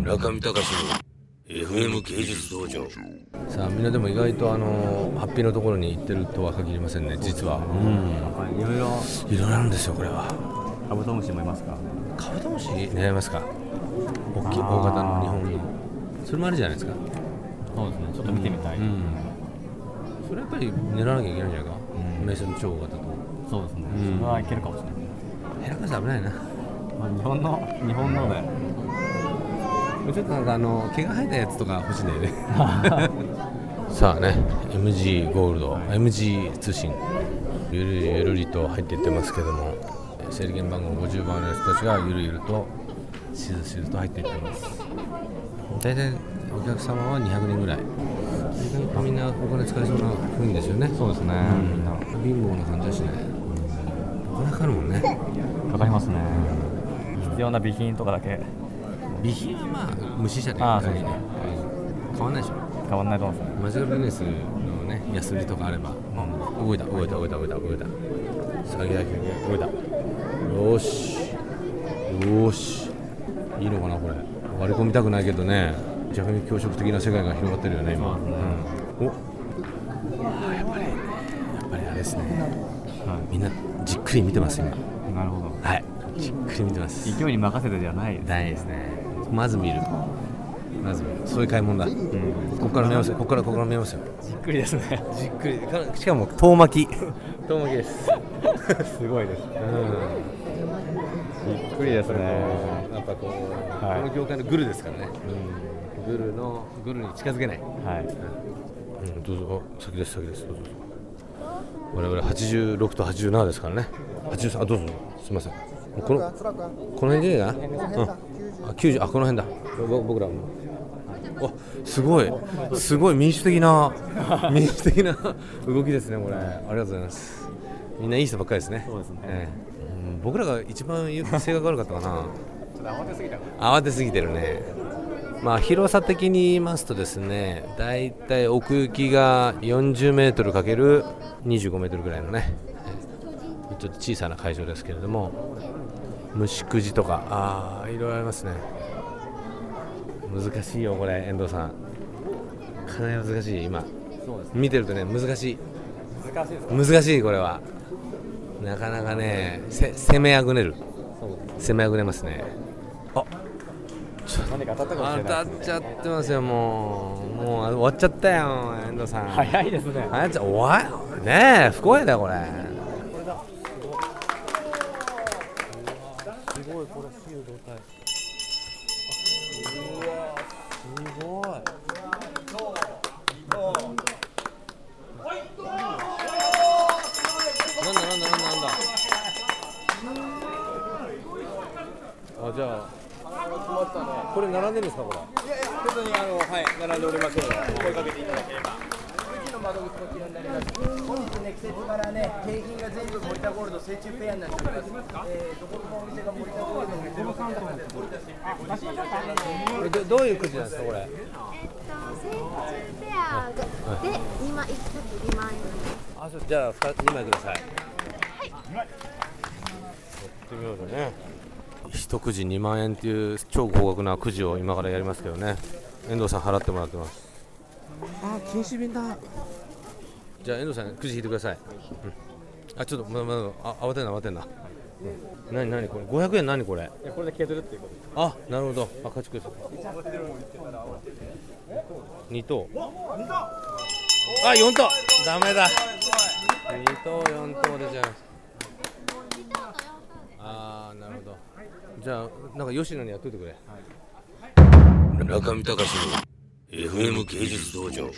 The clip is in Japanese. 村上隆の FM 芸術道場さあみんなでも意外とあのハッピーのところに行ってるとは限りませんね実はうんまあいろいろいろいろあるんですよこれはカブトムシもいますかカブトムシ狙いますか大きいあー大型の日本のそれもあるじゃないですかそうですねちょっと見てみたい、うんそれやっぱり狙わなきゃいけないんじゃないか、メスの超大型とそうですね、うんそれはいけるかもしれない、ヘラクサ危ないなまあ、日本の日本のでちょっとなんかあの毛が生えたやつとか欲しいんだよね さあね MG ゴールド MG 通信ゆるゆるりと入っていってますけども制限番号50番の人たちがゆるゆるとしずしずと入っていってます大体お客様は200人ぐらい意外とみんなお金使いそうな雰囲気ですよねそうですね、みんな貧乏な感じだしねお金かかるもん ねかかりますね必要な備品とかだけ備品はまあ無視者であーそうですね変わんないでしょ変わんないと思いますねマジカルビジネスのね、ヤスリとかあれば、動いた、動いた、動いた、動いた、動いた。下げだけ、動いた。よーし。よーし。いいのかな、これ。割り込みたくないけどね。弱肉強食的な世界が広がってるよね、今。そうでうん、お。あーやっぱり。やっぱりあれですね。みんなじっくり見てます、今。はいなるほどはい。じっくり見てます。勢いに任せてじゃないです大事ですねまず見るまず見るそういう買い物だ、ここから見ますよここからここから見ますよじっくりですねじっくりしかも遠巻き 遠巻き ですすごいですうんじっくりですねやっぱこう、はいこの業界のグルですからね、グルのグルに近づけない、はいうん、どうぞあ先です先ですどうぞ我々86と87ですからね83あどうぞすみませんこのこの辺でいいかな、うん、あ90あこの辺だぼ僕らもあすごいすごい民主的 な民主的な 動きですねこれありがとうございますみんないい人ばっかりですねそうですねええうん僕らが一番よく性格悪かったかなちょっと慌てすぎたか慌てすぎてるねまあ広さ的に言いますとですねだいたい奥行きが 40m×25m ぐらいのねえちょっと小さな会場ですけれども虫くじとかああいろいろありますね難しいよこれ遠藤さんかなり難しい今そうです見てるとね難しい難しいです難しいこれはなかなかねせ攻めあぐねるそうです攻めあぐねますねあ何か当たったかもし当れたなっいですねちゃってますよもうもう終わっちゃったよ遠藤さん早いですね早っちゃ終わねえ不公平だよこれすごいこれヒュー動体うわすなんだなんだなんだなんだあじゃあこれ並んでるんですかこれ本当にあの、はい、並んでおりますので、声かけていただければ。次の窓口こちらになります。本日ね、季節からね、景品が全部森田ゴールド成虫ペアになっております。えー、どこのお店が森田ゴールドのゼロ三とかで森田新平ご自身いらっしゃいます。これどどういうくじなんですかこれえっと、千ペアで2万、1着2万円。あそうじゃあ 2, 枚くださいはいってみようかね一くじ2万円っていう超高額なくじを今からやりますけどね遠藤さん払ってもらってますあー禁止便だじゃあ遠藤さんくじ引いてください、うん、あちょっとまだまだあ慌てんな慌てんな、うん、何何これ500円何これごいこれで削るっていうことあなるほどあ勝ちです二等あ四等ダメだ二等四等でじゃああーなるほどじゃあなんか吉野にやっといてくれ、村上隆の FM 芸術道場